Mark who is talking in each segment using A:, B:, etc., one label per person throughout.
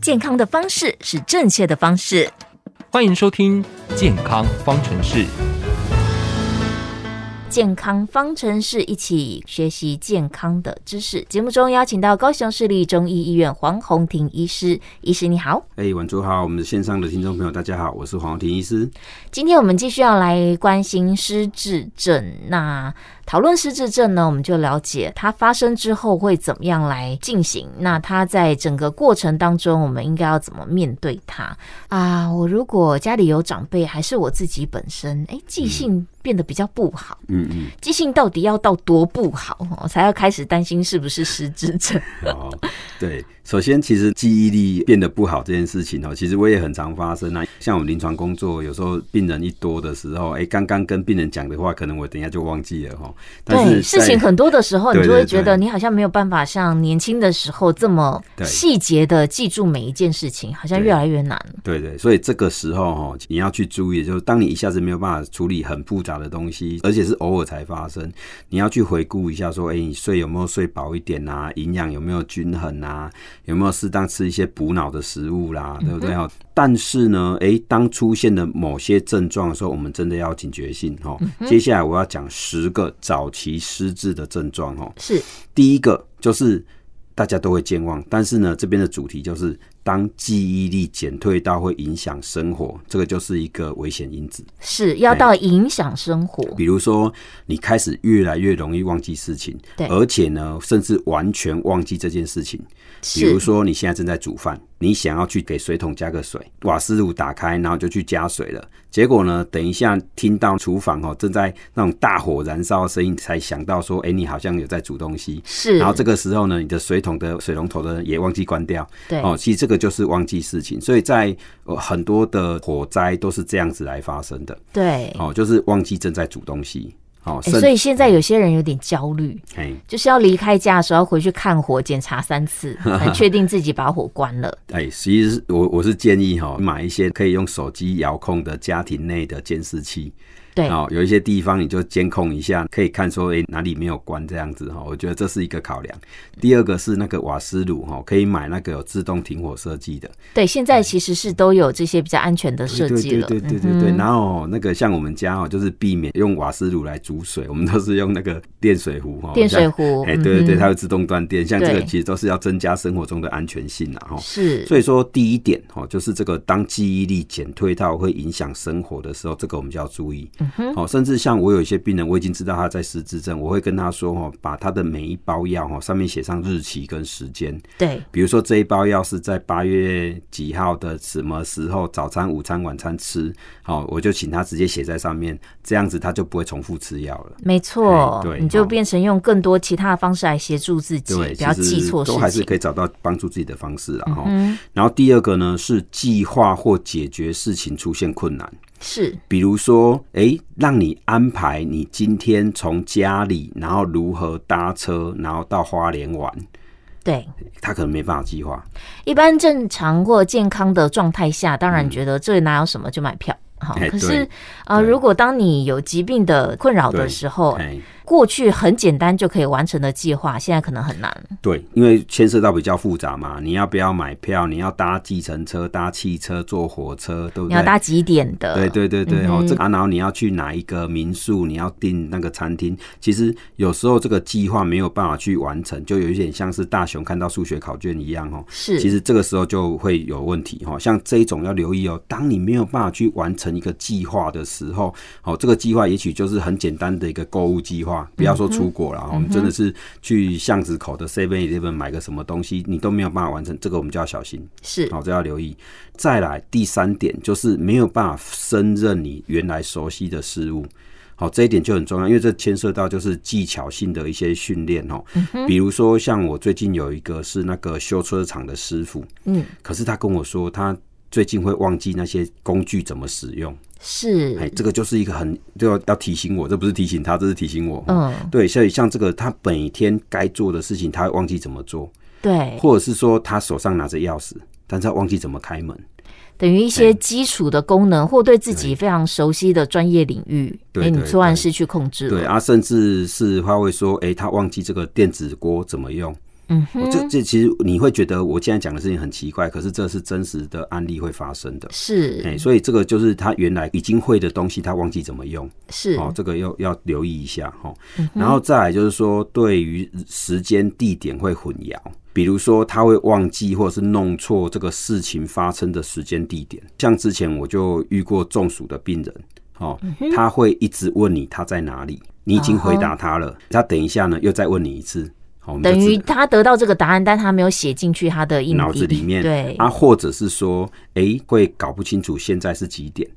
A: 健康的方式是正确的方式。
B: 欢迎收听《健康方程式》。
A: 健康方程式一起学习健康的知识。节目中邀请到高雄市立中医医院黄宏庭医师，医师你好。
C: 哎、晚主好，我们线上的听众朋友，大家好，我是黄宏庭医师。
A: 今天我们继续要来关心失智症。那讨论失智症呢，我们就了解它发生之后会怎么样来进行。那它在整个过程当中，我们应该要怎么面对它啊？我如果家里有长辈，还是我自己本身，哎，记性变得比较不好，
C: 嗯嗯，
A: 记性到底要到多不好，哦才要开始担心是不是失智症？
C: 哦，对，首先其实记忆力变得不好这件事情哦，其实我也很常发生啊。像我临床工作，有时候病人一多的时候，哎、刚刚跟病人讲的话，可能我等一下就忘记了哈。 但
A: 对，
C: 是
A: 事
C: 在
A: 情很多的时候，你
C: 对
A: 就会
C: 对
A: 觉得
C: 对
A: 你好像没有办法像年轻的时候这么
C: 对
A: 细节的记住每一件事情，好像越来越难。
C: 对对，所以这个时候哈、你要去注意，就是当你一下子没有办法处理很复杂的东西，而且是偶尔才发生，你要去回顾一下，说，哎，你睡有没有睡饱一点啊？营养有没有均衡啊？有没有适当吃一些补脑的食物啦？对不对哦？但是呢，哎，当出现了某些症状的时候，我们真的要警觉性哦。接下来我要讲十个早期失智的症状哦。
A: 是
C: 第一个就是大家都会健忘，但是呢，这边的主题就是当记忆力减退到会影响生活，这个就是一个危险因子。
A: 是，要到影响生活，
C: 比如说，你开始越来越容易忘记事情
A: 对，
C: 而且呢，甚至完全忘记这件事情。比
A: 是
C: 如说，你现在正在煮饭，你想要去给水桶加个水，瓦斯炉打开，然后就去加水了。结果呢，等一下听到厨房哦正在那种大火燃烧的声音，才想到说，哎、你好像有在煮东西。
A: 是，
C: 然后这个时候呢，你的水桶的水龙头的也忘记关掉
A: 对
C: 哦。其实这个就是忘记事情，所以在、呃、很多的火灾都是这样子来发生的
A: 对。
C: 哦，就是忘记正在煮东西哦，
A: 哎所以现在有些人有点焦虑，
C: 哎
A: 就是要离开家的时候要回去看火，检查三 次，才确定自己把火关了。
C: 哎，其实我我是建议哈、哦，买一些可以用手机遥控的家庭内的监视器
A: 对，
C: 哦，有一些地方你就监控一下，可以看说哎、哪里没有关这样子哈、哦，我觉得这是一个考量。第二个是那个瓦斯炉哈、哦，可以买那个有自动停火设计的。
A: 对，现在其实是都有这些比较安全的设计了。嗯
C: 对对对对对对。然后那个像我们家哦，就是避免用瓦斯炉来煮水，我们都是用那个电水壶哈。
A: 电水
C: 像。
A: 壶，
C: 哎，对对对，
A: 嗯
C: 它会自动断电。像这个
A: 对
C: 其实都是要增加生活中的安全性啊。哈。
A: 是，
C: 所以说，第一点哦，就是这个当记忆力减退到会影响生活的时候，这个我们就要注意。
A: 嗯
C: 哦，甚至像我有一些病人，我已经知道他在失智症，我会跟他说哦，把他的每一包药哦上面写上日期跟时间，
A: 对，
C: 比如说这一包药是在八月几号的什么时候早餐、午餐、晚餐吃，好、我就请他直接写在上面，这样子他就不会重复吃药了。
A: 没错
C: 哎，对
A: 你就
C: 哦
A: 变成用更多其他的方式来协助自己，
C: 对，
A: 不要
C: 其实
A: 记错事
C: 都还是
A: 情。
C: 可以找到帮助自己的方式啦。哈、
A: 嗯，
C: 然后第二个呢是计划或解决事情出现困难，
A: 是
C: 比如说，诶，让你安排你今天从家里，然后如何搭车，然后到花莲玩，
A: 对。
C: 他可能没办法计划。
A: 一般正常或健康的状态下，当然觉得这里哪有什么就买票。好，
C: 嗯哎
A: 可是
C: 对
A: 呃，
C: 对
A: 如果当你有疾病的困扰的时候，
C: 哎，
A: 过去很简单就可以完成的计划，现在可能很难。
C: 对，因为牵涉到比较复杂嘛，你要不要买票？你要搭计程车、搭汽车、坐火车，对不
A: 你要
C: 对？
A: 搭几点的？
C: 对对对对、哦
A: 嗯，
C: 这个啊，然后你要去哪一个民宿？你要订那个餐厅？其实有时候这个计划没有办法去完成，就有一点像是大雄看到数学考卷一样哦。
A: 是，
C: 其实这个时候就会有问题哈、哦，像这一种要留意哦。当你没有办法去完成一个计划的时候，哦，这个计划也许就是很简单的一个购物计划，不要说出国了哈，我们真的是去巷子口的 Seven Eleven 买个什么东西，你都没有办法完成，这个我们就要小心，
A: 是
C: 好、这要留意。再来第三点就是没有办法胜任你原来熟悉的事物。好，这一点就很重要，因为这牵涉到就是技巧性的一些训练哦。
A: 嗯
C: 比如说，像我最近有一个是那个修车厂的师傅，
A: 嗯，
C: 可是他跟我说，他最近会忘记那些工具怎么使用。哎，
A: 是，
C: 这个就是一个很就要要提醒我，这不是提醒他，这是提醒我。哦
A: 嗯，
C: 对，所以像这个，他每天该做的事情，他会忘记怎么做，
A: 对，
C: 或者是说他手上拿着钥匙，但是他忘记怎么开门。
A: 等于一些基础的功能或对自己非常熟悉的专业领域，
C: 对
A: 哎，你
C: 对
A: 突然
C: 对啊
A: 失去控制了。
C: 对啊，甚至是他会说，哎、他忘记这个电子锅怎么用。
A: 嗯
C: 哦
A: 哼，
C: 这这其实你会觉得我现在讲的事情很奇怪，可是这是真实的案例会发生的。哎、
A: 是
C: 所以这个就是他原来已经会的东西，他忘记怎么用
A: 是，嗯
C: 哦，这个要要留意一下哦。然后再来就是说，对于时间地点会混淆，比如说他会忘记或者是弄错这个事情发生的时间地点。像之前我就遇过中暑的病人，哦，
A: 嗯
C: 他会一直问你他在哪里，你已经回答他了，他等一下呢又再问你一次，好、我们
A: 嗯
C: 就
A: 等于
C: 知
A: 他得到这个答案，但他没有写进去他的印
C: 脑子
A: 印
C: 里面，
A: 对，
C: 啊，或者是说，诶，会搞不清楚现在是几点，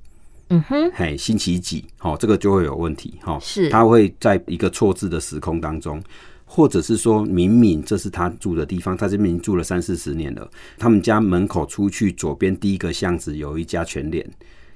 A: 嗯哼，
C: 嘿，星期几，哦，这个就会有问题，哈、哦，
A: 是
C: 他会在一个错置的时空当中。或者是说明明这是他住的地方，他这边已经住了三四十年了。他们家门口出去左边第一个巷子有一家全联，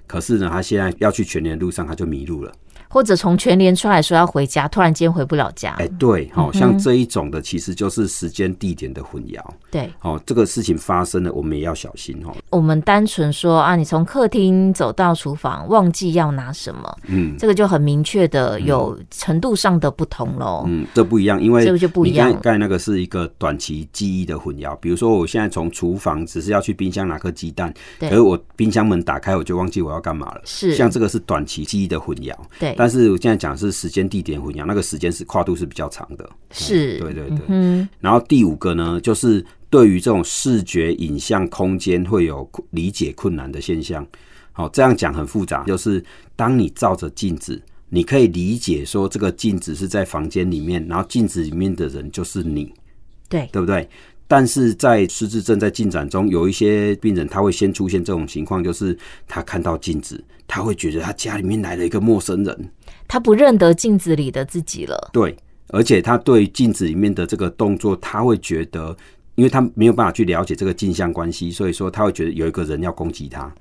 C: 可是呢，他现在要去全联的路上他就迷路了。
A: 或者从全联出来说要回家，突然间回不了家，
C: 哎、对，好、像这一种的其实就是时间地点的混淆。
A: 对
C: 哦，这个事情发生了，我们也要小心哦。
A: 我们单纯说啊，你从客厅走到厨房，忘记要拿什么，
C: 嗯
A: 这个就很明确的有程度上的不同喽。
C: 嗯，这不一样，因为
A: 这个就不一
C: 你
A: 样
C: 刚才
A: 了
C: 刚才那个是一个短期记忆的混淆，比如说我现在从厨房只是要去冰箱拿颗鸡蛋，
A: 对
C: 可是我冰箱门打开我就忘记我要干嘛了。
A: 是，
C: 像这个是短期记忆的混淆，
A: 对，
C: 但是我现在讲的是时间地点混淆，那个时间是跨度是比较长的。
A: 是，
C: 对对对
A: 嗯
C: 然后第五个呢，就是对于这种视觉影像空间会有理解困难的现象。好，这样讲很复杂，就是当你照着镜子，你可以理解说这个镜子是在房间里面，然后镜子里面的人就是你，
A: 对
C: 对不对？但是在失智症在进展中，有一些病人他会先出现这种情况，就是他看到镜子，他会觉得他家里面来了一个陌生人，
A: 他不认得镜子里的自己了，
C: 对，而且他对镜子里面的这个动作，他会觉得，因为他没有办法去了解这个镜像关系，所以说他会觉得有一个人要攻击他，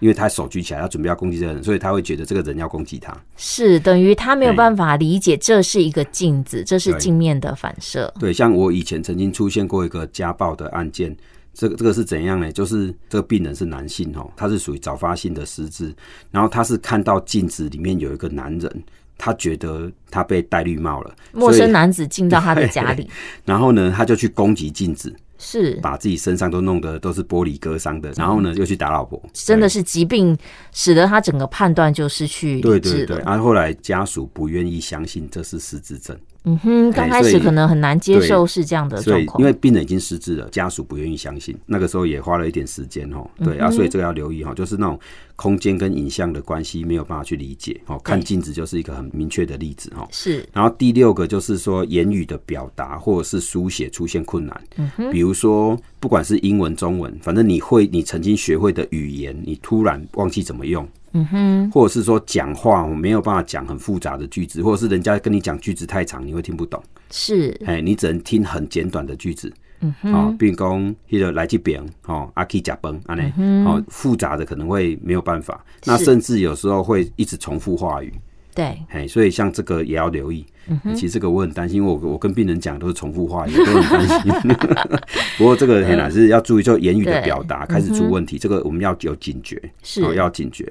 C: 因为他手举起来，他准备要攻击这个人，所以他会觉得这个人要攻击他。
A: 是等于他没有
C: 对
A: 办法理解这是一个镜子，这是
C: 对
A: 镜面的反射，
C: 对，像我以前曾经出现过一个家暴的案件，这个这个是怎样呢？就是这个病人是男性哦，他是属于早发性的失智，然后他是看到镜子里面有一个男人。他觉得他被戴绿帽了，
A: 陌
C: 所以
A: 生男子进到他的家里，
C: 然后呢，他就去攻击镜子，
A: 是
C: 把自己身上都弄得都是玻璃割伤的，然后呢又去打老婆，
A: 嗯真的是疾病使得他整个判断就失去
C: 对
A: 理
C: 对
A: 智
C: 对，
A: 了。
C: 啊，后来家属不愿意相信这是失智症，
A: 嗯哼，刚开
C: 所
A: 始
C: 以
A: 可能很难接
C: 对
A: 受是这样的
C: 哎所
A: 状
C: 以
A: 况
C: 因，为病人已经失智了，家属不愿意相信，那个时候也花了一点时间哦，
A: 嗯
C: 对、啊，所以这个要留意哈、哦，就是那种空间跟影像的关系没有办法去理解哦，看镜子就是一个很明确的例子哦。
A: 是
C: 然后第六个就是说言语的表达或者是书写出现困难，比如说不管是英文、中文，反正你会你曾经学会的语言，你突然忘记怎么用，嗯哼，或者是说讲话我没有办法讲很复杂的句子，或者是人家跟你讲句子太长，你会听不懂，
A: 是，
C: 哎，你只能听很简短的句子。嗯哼，哦，比如讲，迄个来这边，哦，阿去甲崩，安尼，哦，复杂的可能会没有办法，那
A: 是
C: 甚至有时候会一直重复话语，
A: 对，
C: 嘿，所以像这个也要留意。
A: 嗯
C: 欸其实这个我很担心，因为我我跟病人讲都是重复话语，我都很担心。 不过这个很难是要注意，就言语的
A: 嗯对嗯
C: 表达开始出问题，这个我们要有警觉，
A: 是
C: 哦要警觉。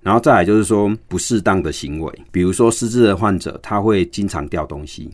C: 然后再来就是说不适当的行为，比如说失智的患者，他会经常掉东西，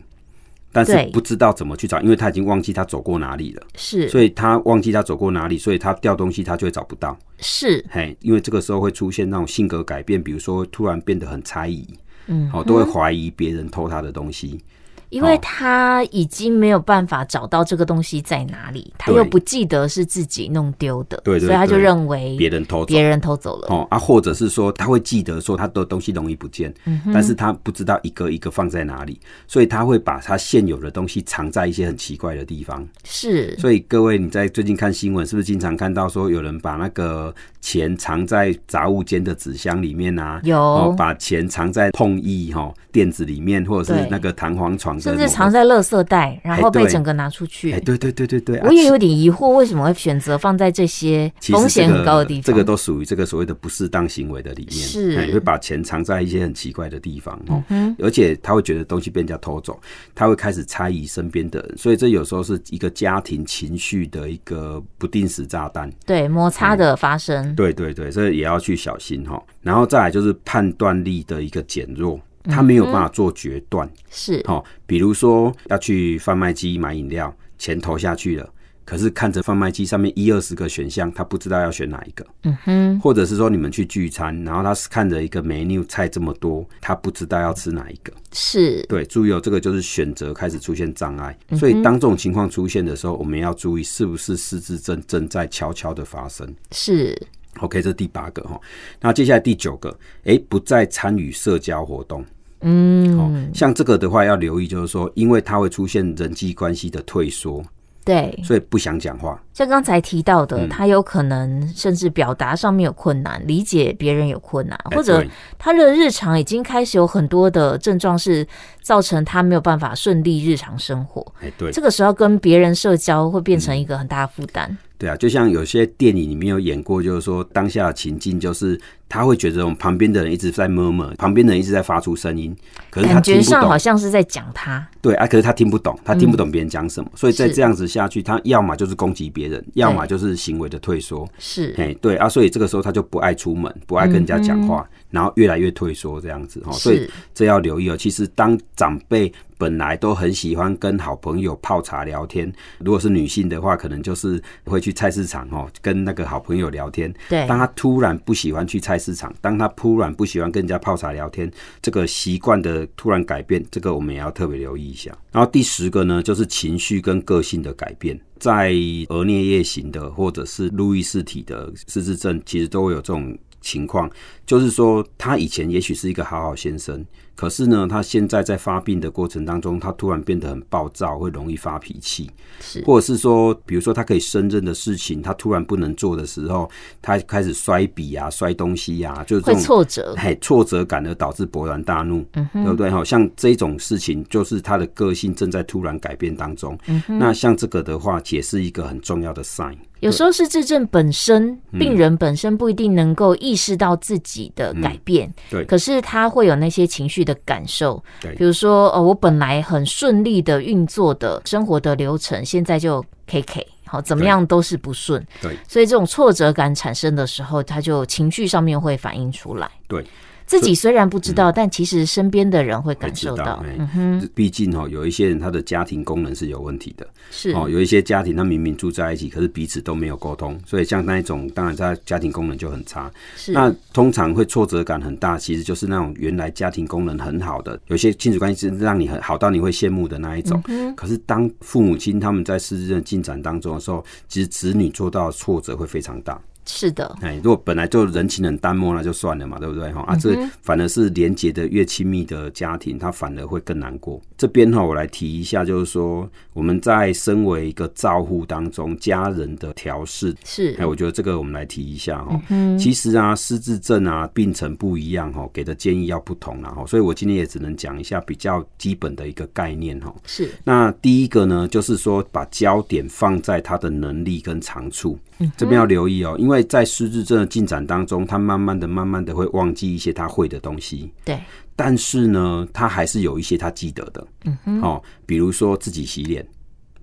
C: 但是
A: 对
C: 不知道怎么去找，因为他已经忘记他走过哪里了，
A: 是
C: 所以他忘记他走过哪里，所以他掉东西他就会找不到。
A: 是，
C: 嘿，因为这个时候会出现那种性格改变，比如说突然变得很猜疑，嗯，哦，都会怀疑别人偷他的东西，
A: 因为
C: 哦
A: 他已经没有办法找到这个东西在哪里，他又
C: 对
A: 不记得是自己弄丢的，
C: 对对
A: 所以他就
C: 对
A: 认为
C: 别人偷走
A: 嗯别。人偷走了，
C: 哦啊，或者是说他会记得说他的东西容易不见，
A: 嗯
C: 但是他不知道一个一个放在哪里，所以他会把他现有的东西藏在一些很奇怪的地方。
A: 是
C: 所以各位，你在最近看新闻，是不是经常看到说有人把那个钱藏在杂物间的纸箱里面啊？
A: 有
C: 哦，把钱藏在碰椅哈、哦、垫子里面，或者是
A: 对
C: 那个弹簧床的
A: 甚
C: 某
A: 至
C: 个
A: 藏在垃圾袋，然
C: 哎
A: 后被
C: 对
A: 整个拿出去
C: 哎、。对对对对对，啊
A: 我也
C: 其
A: 有点疑惑，为什么会选择放在这些
C: 其实
A: 风险
C: 这个
A: 很高的地方？
C: 这个都属于这个所谓的不适当行为的里面，
A: 是嗯
C: 哎会把钱藏在一些很奇怪的地方哦，而且他会觉得东西被人家偷走，他会开始猜疑身边的人，所以这有时候是一个家庭情绪的一个不定时炸弹。
A: 对摩擦的发生，
C: 嗯对对对，这也要去小心哈、哦。然后再来就是判断力的一个减弱，他没有办法做决断。
A: 是
C: 好、比如说要去贩卖机买饮料，钱投下去了，可是看着贩卖机上面一二十个选项，他不知道要选哪一个。
A: 嗯哼，
C: 或者是说你们去聚餐，然后他是看着一个 menu 菜这么多，他不知道要吃哪一个。
A: 是
C: 对，注意哦，这个就是选择开始出现障碍。所以当这种情况出现的时候，我们要注意是不是失智症正在悄悄的发生。
A: 是，
C: OK，这是第八个哈。那接下来第九个，诶，不再参与社交活动。
A: 嗯，
C: 哦像这个的话要留意，就是说，因为它会出现人际关系的退缩，
A: 嗯对，
C: 所以嗯不想讲话。
A: 像刚才提到的，他有可能甚至表达上面有困难，理解别人有困难，
C: 哎
A: 或者
C: 对
A: 他的日常已经开始有很多的症状，是造成他没有办法顺利日常生活。
C: 哎，对，嗯
A: 这个时候跟别人社交会变成一个很大的负担。
C: 对啊，就像有些电影里面有演过，就是说当下的情境就是他会觉得我们旁边的人一直在 murmur，旁边的人一直在发出声音，可是他
A: 感
C: 听
A: 觉
C: 不
A: 上好
C: 懂。
A: 像是在讲他，
C: 对啊，可是他听不懂，他听不懂别人讲什么，所以再
A: 是
C: 这样子下去，他要么就是攻击别人，要么就是行为的退缩。
A: 是
C: 哎，对啊，所以这个时候他就不爱出门，不爱跟人家讲话，然后越来越退缩这样子哈，哦所以
A: 嗯是，
C: 这要留意哦。其实当长辈本来都很喜欢跟好朋友泡茶聊天，如果是女性的话，可能就是会去菜市场哦，跟那个好朋友聊天。
A: 对
C: 当，他突然不喜欢去菜市场，当他突然不喜欢跟人家泡茶聊天，这个习惯的突然改变，这个我们也要特别留意一下。然后第十个呢，就是情绪跟个性的改变。在额颞叶型的或者是路易氏体的失智症，其实都会有这种情况，就是说他以前也许是一个好好先生，可是呢，他现在在发病的过程当中，他突然变得很暴躁，会容易发脾气，
A: 是
C: 或者是说，比如说他可以胜任的事情，他突然不能做的时候，他开始摔笔啊、摔东西啊，就是这
A: 会
C: 种
A: 挫折，
C: 嘿挫折感而导致勃然大怒，
A: 嗯
C: 对不对？哈，像这种事情，就是他的个性正在突然改变当中。
A: 嗯
C: 那像这个的话，也是一个很重要的 sign。
A: 有时候失智症本身，
C: 嗯
A: 病人本身不一定能够意识到自己的改变，
C: 嗯对
A: 可是他会有那些情绪的感受，
C: 对
A: 比如说，哦，我本来很顺利的运作的生活的流程，现在就 K K，好，怎么样都是不顺，
C: 对
A: 所以这种挫折感产生的时候，他就情绪上面会反映出来，
C: 对，
A: 自己虽然不知道，但其实身边的人会
C: 嗯会
A: 感
C: 知
A: 受
C: 道
A: 到，，嗯
C: 哎、毕竟哦，有一些人他的家庭功能是有问题的。
A: 是，
C: 哦，有一些家庭他明明住在一起，可是彼此都没有沟通，所以像那一种，当然他家庭功能就很差。
A: 是，
C: 那通常会挫折感很大，其实就是那种原来家庭功能很好的，有些亲子关系是让你很好到你会羡慕的那一种。可是当父母亲他们在失智症进展当中的时候，其实子女做到的挫折会非常大。
A: 是的，
C: 哎，如果本来就人情很淡漠，那就算了嘛，对不对哈？啊，这反而是连结的越亲密的家庭，他反而会更难过。这边哈，我来提一下，就是说我们在身为一个照护当中，家人的调试。
A: 是
C: 哎，，我觉得这个我们来提一下哈。其实啊，失智症啊，病程不一样哈，给的建议要不同啦哈。所以我今天也只能讲一下比较基本的一个概念哈。
A: 是，
C: 那第一个呢，就是说把焦点放在他的能力跟长处，这边要留意哦，因为在失智症的进展当中，他慢慢的、慢慢的会忘记一些他会的东西，
A: 对，
C: 但是呢，他还是有一些他记得的，嗯哼，哦，比如说自己洗脸，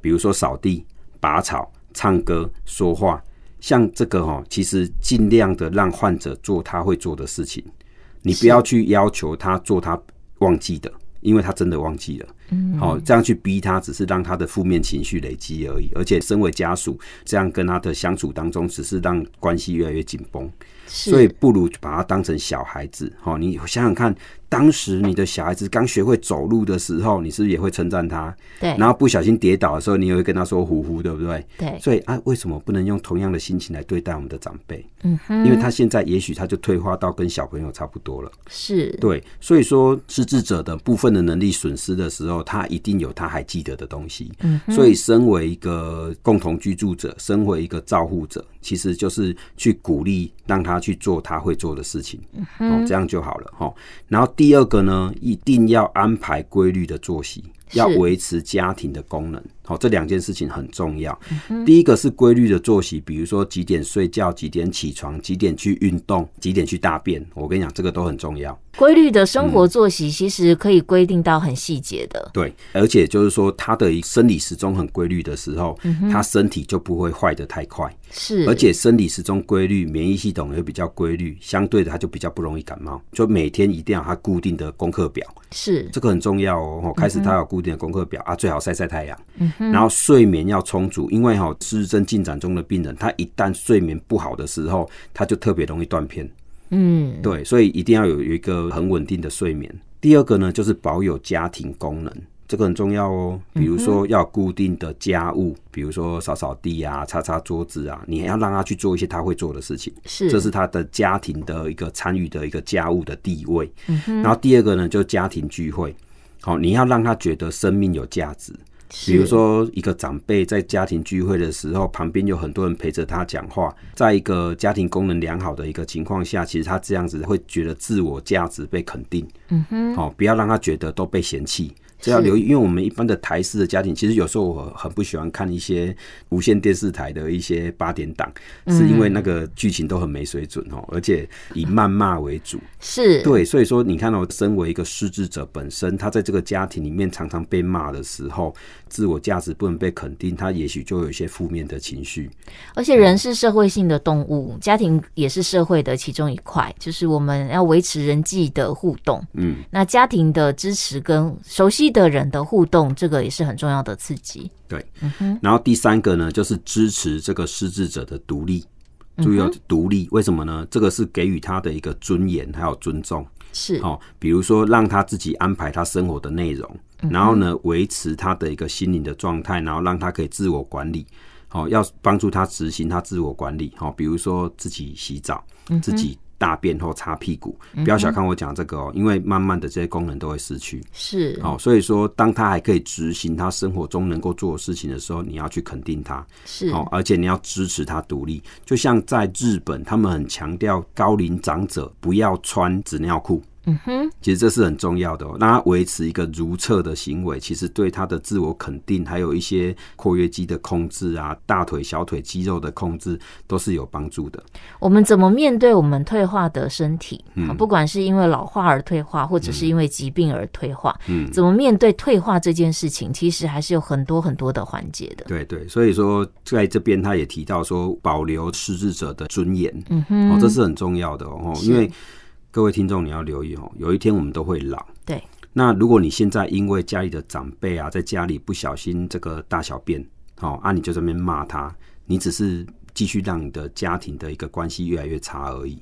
C: 比如说扫地、拔草、唱歌、说话，像这个哦，其实尽量的让患者做他会做的事情，你不要去要求他做他忘记的，因为他真的忘记了。好、这样去逼他，只是让他的负面情绪累积而已。而且，身为家属，这样跟他的相处当中，只是让关系越来越紧绷。
A: 是，
C: 所以，不如把他当成小孩子。好、你想想看，当时你的小孩子刚学会走路的时候，你是不是也会称赞他？
A: 对，
C: 然后不小心跌倒的时候，你也会跟他说“呼呼”，对不对？
A: 对，
C: 所以啊，为什么不能用同样的心情来对待我们的长辈？
A: 嗯哼，
C: 因为他现在也许他就退化到跟小朋友差不多了。
A: 是，
C: 对，所以说失智者的部分的能力损失的时候，他一定有他还记得的东西。嗯，所以身为一个共同居住者，身为一个照护者，其实就是去鼓励让他去做他会做的事情，
A: 嗯
C: 哦，这样就好了哈、哦。然后第二个呢，一定要安排规律的作息。要
A: 是
C: 维持家庭的功能，好、这两件事情很重要。
A: 嗯
C: 第一个是规律的作息，比如说几点睡觉、几点起床、几点去运动、几点去大便。我跟你讲，这个都很重要。
A: 规律的生
C: 嗯
A: 活作息其实可以规定到很细节的，
C: 对，而且就是说，他的一生理时钟很规律的时候，他身体就不会坏得太快，
A: 是，
C: 而且生理时钟规律，免疫系统也比较规律，相对的他就比较不容易感冒。就每天一定要有他固定的功课表，
A: 是
C: 这个很重要哦。哦开始他有固定的功课表啊，最好晒晒太阳。然后睡眠要充足，因为哈、失智症进展中的病人，他一旦睡眠不好的时候，他就特别容易断片。
A: 嗯，
C: 对，所以一定要有有一个很稳定的睡眠。第二个呢，就是保有家庭功能，这个很重要哦。比如说要有固定的家务，比如说扫扫地啊、擦擦桌子啊，你还要让他去做一些他会做的事情，
A: 是，
C: 这是他的家庭的一个参与的一个家务的地位。然后第二个呢，就是家庭聚会。好、你要让他觉得生命有价值。
A: 是
C: 比如说，一个长辈在家庭聚会的时候，旁边有很多人陪着他讲话，在一个家庭功能良好的一个情况下，其实他这样子会觉得自我价值被肯定。嗯哼，哦，不要让他觉得都被嫌弃。这要留意，因为我们一般的台式的家庭，其实有时候我很不喜欢看一些无线电视台的一些八点档，是因为那个剧情都很没水准哦，而且以谩骂为主。
A: 是，
C: 对，所以说你看到、哦身为一个失智者本身，他在这个家庭里面常常被骂的时候，自我价值不能被肯定，他也许就有一些负面的情绪。
A: 而且人是社会性的动物，家庭也是社会的其中一块，就是我们要维持人际的互动。
C: 嗯，
A: 那家庭的支持跟熟悉的人的互动，这个也是很重要的刺激。
C: 对，然后第三个呢，就是支持这个失智者的独立。注意哦，独立为什么呢？这个是给予他的一个尊严还有尊重。
A: 是，
C: 哦，比如说让他自己安排他生活的内容，
A: 嗯
C: 然后呢维持他的一个心灵的状态，然后让他可以自我管理。好、要帮助他执行他自我管理。好、比如说自己洗澡，
A: 嗯
C: 自己大便后擦屁股。不要小看我讲这个哦，因为慢慢的这些功能都会失去。
A: 是，
C: 好、所以说当他还可以执行他生活中能够做的事情的时候，你要去肯定他。
A: 是，
C: 哦，而且你要支持他独立。就像在日本，他们很强调高龄长者不要穿纸尿裤。
A: 嗯哼，
C: 其实这是很重要的、哦，让他维持一个如厕的行为，其实对他的自我肯定，还有一些括约肌的控制啊，大腿、小腿肌肉的控制，都是有帮助的。
A: 我们怎么面对我们退化的身体？
C: 嗯
A: 啊不管是因为老化而退化，或者是因为疾病而退化，嗯，怎么面对退化这件事情，其实还是有很多很多的环节的。
C: 对对，所以说在这边他也提到说，保留失智者的尊严，嗯哼，哦，这是很重要的哦，
A: 是
C: 因为各位听众你要留意哦，有一天我们都会老。
A: 对，
C: 那如果你现在因为家里的长辈啊，在家里不小心这个大小便，哦，啊，你就在那边骂他，你只是继续让你的家庭的一个关系越来越差而已。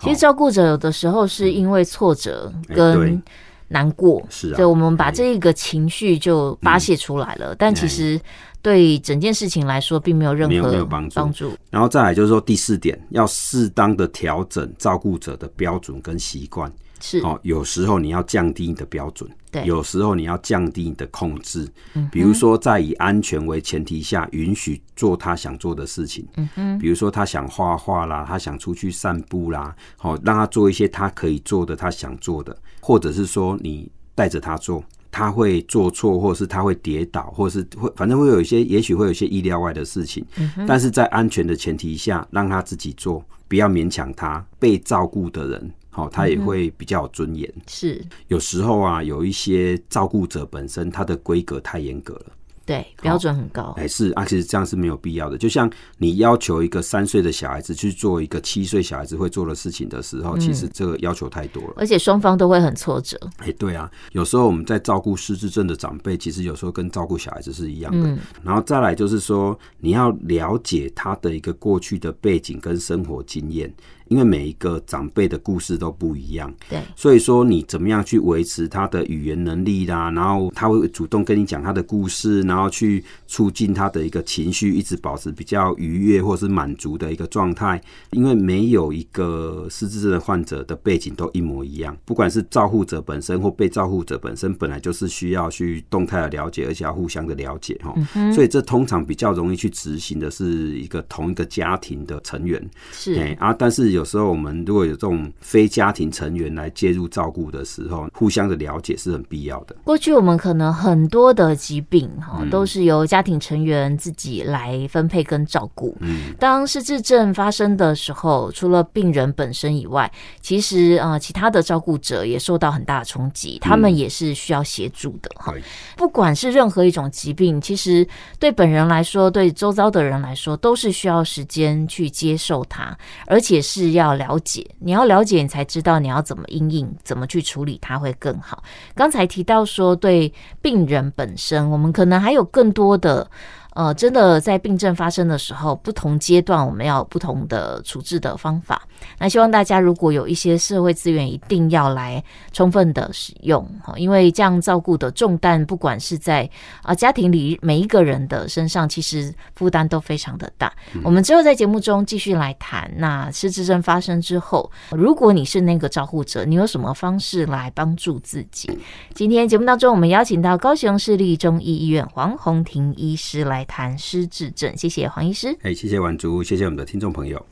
A: 其实照顾者有的时候是因为挫折
C: 哎
A: 跟
C: 对
A: 难过，
C: 是啊嗯
A: 所以我们把这一个情绪就发泄出来了，但其实对整件事情来说并没有任
C: 哎没有
A: 何
C: 没有帮助
A: 帮助。
C: 然后再来就是说第四点，要适当的调整照顾者的标准跟习惯。
A: 是，
C: 哦，有时候你要降低你的标准，
A: 对嗯
C: 有时候你要降低你的控制。比如说，在以安全为前提下，允许做他想做的事情。嗯哼，比如说他想画画啦，他想出去散步啦，好、让他做一些他可以做的，他想做的，或者是说你带着他做。他会做错，或者是他会跌倒，或者是会，反正会有一些，也许会有一些意料外的事情。但是在安全的前提下，让他自己做，不要勉强他。被照顾的人，好、他也会比较有尊严。
A: 是，
C: 有时候啊，有一些照顾者本身他的规格太严格了，
A: 对，标准很高，
C: 哎、是啊，其实这样是没有必要的。就像你要求一个三岁的小孩子去做一个七岁小孩子会做的事情的时候，其实这个要求太多了。
A: 而且双方都会很挫折。
C: 哎、对啊，有时候我们在照顾失智症的长辈，其实有时候跟照顾小孩子是一样的。
A: 嗯
C: 然后再来就是说，你要了解他的一个过去的背景跟生活经验，因为每一个长辈的故事都不一样。
A: 对，
C: 所以说，你怎么样去维持他的语言能力啦？然后他会主动跟你讲他的故事，然后去促进他的一个情绪，一直保持比较愉悦或是满足的一个状态。因为没有一个失智症的患者的背景都一模一样，不管是照护者本身或被照护者本身，本来就是需要去动态的了解，而且要互相的了解哈。所以这通常比较容易去执行的是一个同一个家庭的成员。哎、
A: 是，
C: 啊，但是有时候我们如果有这种非家庭成员来介入照顾的时候，互相的了解是很必要的。
A: 过去我们可能很多的疾病哈、都是由家庭成员自己来分配跟照顾。
C: 嗯，
A: 当失智症发生的时候，除了病人本身以外，其实啊、呃其他的照顾者也受到很大的冲击，他们也是需要协助的哈。
C: 对
A: 不管是任何一种疾病，其实对本人来说，对周遭的人来说，都是需要时间去接受它，而且是要了解。你要了解，你才知道你要怎么应应，怎么去处理它会更好。刚才提到说，对病人本身，我们可能还有。有更多的。呃，真的在病症发生的时候，不同阶段我们要有不同的处置的方法。那希望大家如果有一些社会资源，一定要来充分的使用哈，因为这样照顾的重担，不管是在啊、呃家庭里每一个人的身上，其实负担都非常的大。我们之后在节目中继续来谈。那失智症发生之后，如果你是那个照护者，你有什么方式来帮助自己？今天节目当中，我们邀请到高雄市立中医医院黄宏庭医师来谈失智症，谢谢黄医师。
C: 哎、谢谢婉竹，谢谢我们的听众朋友。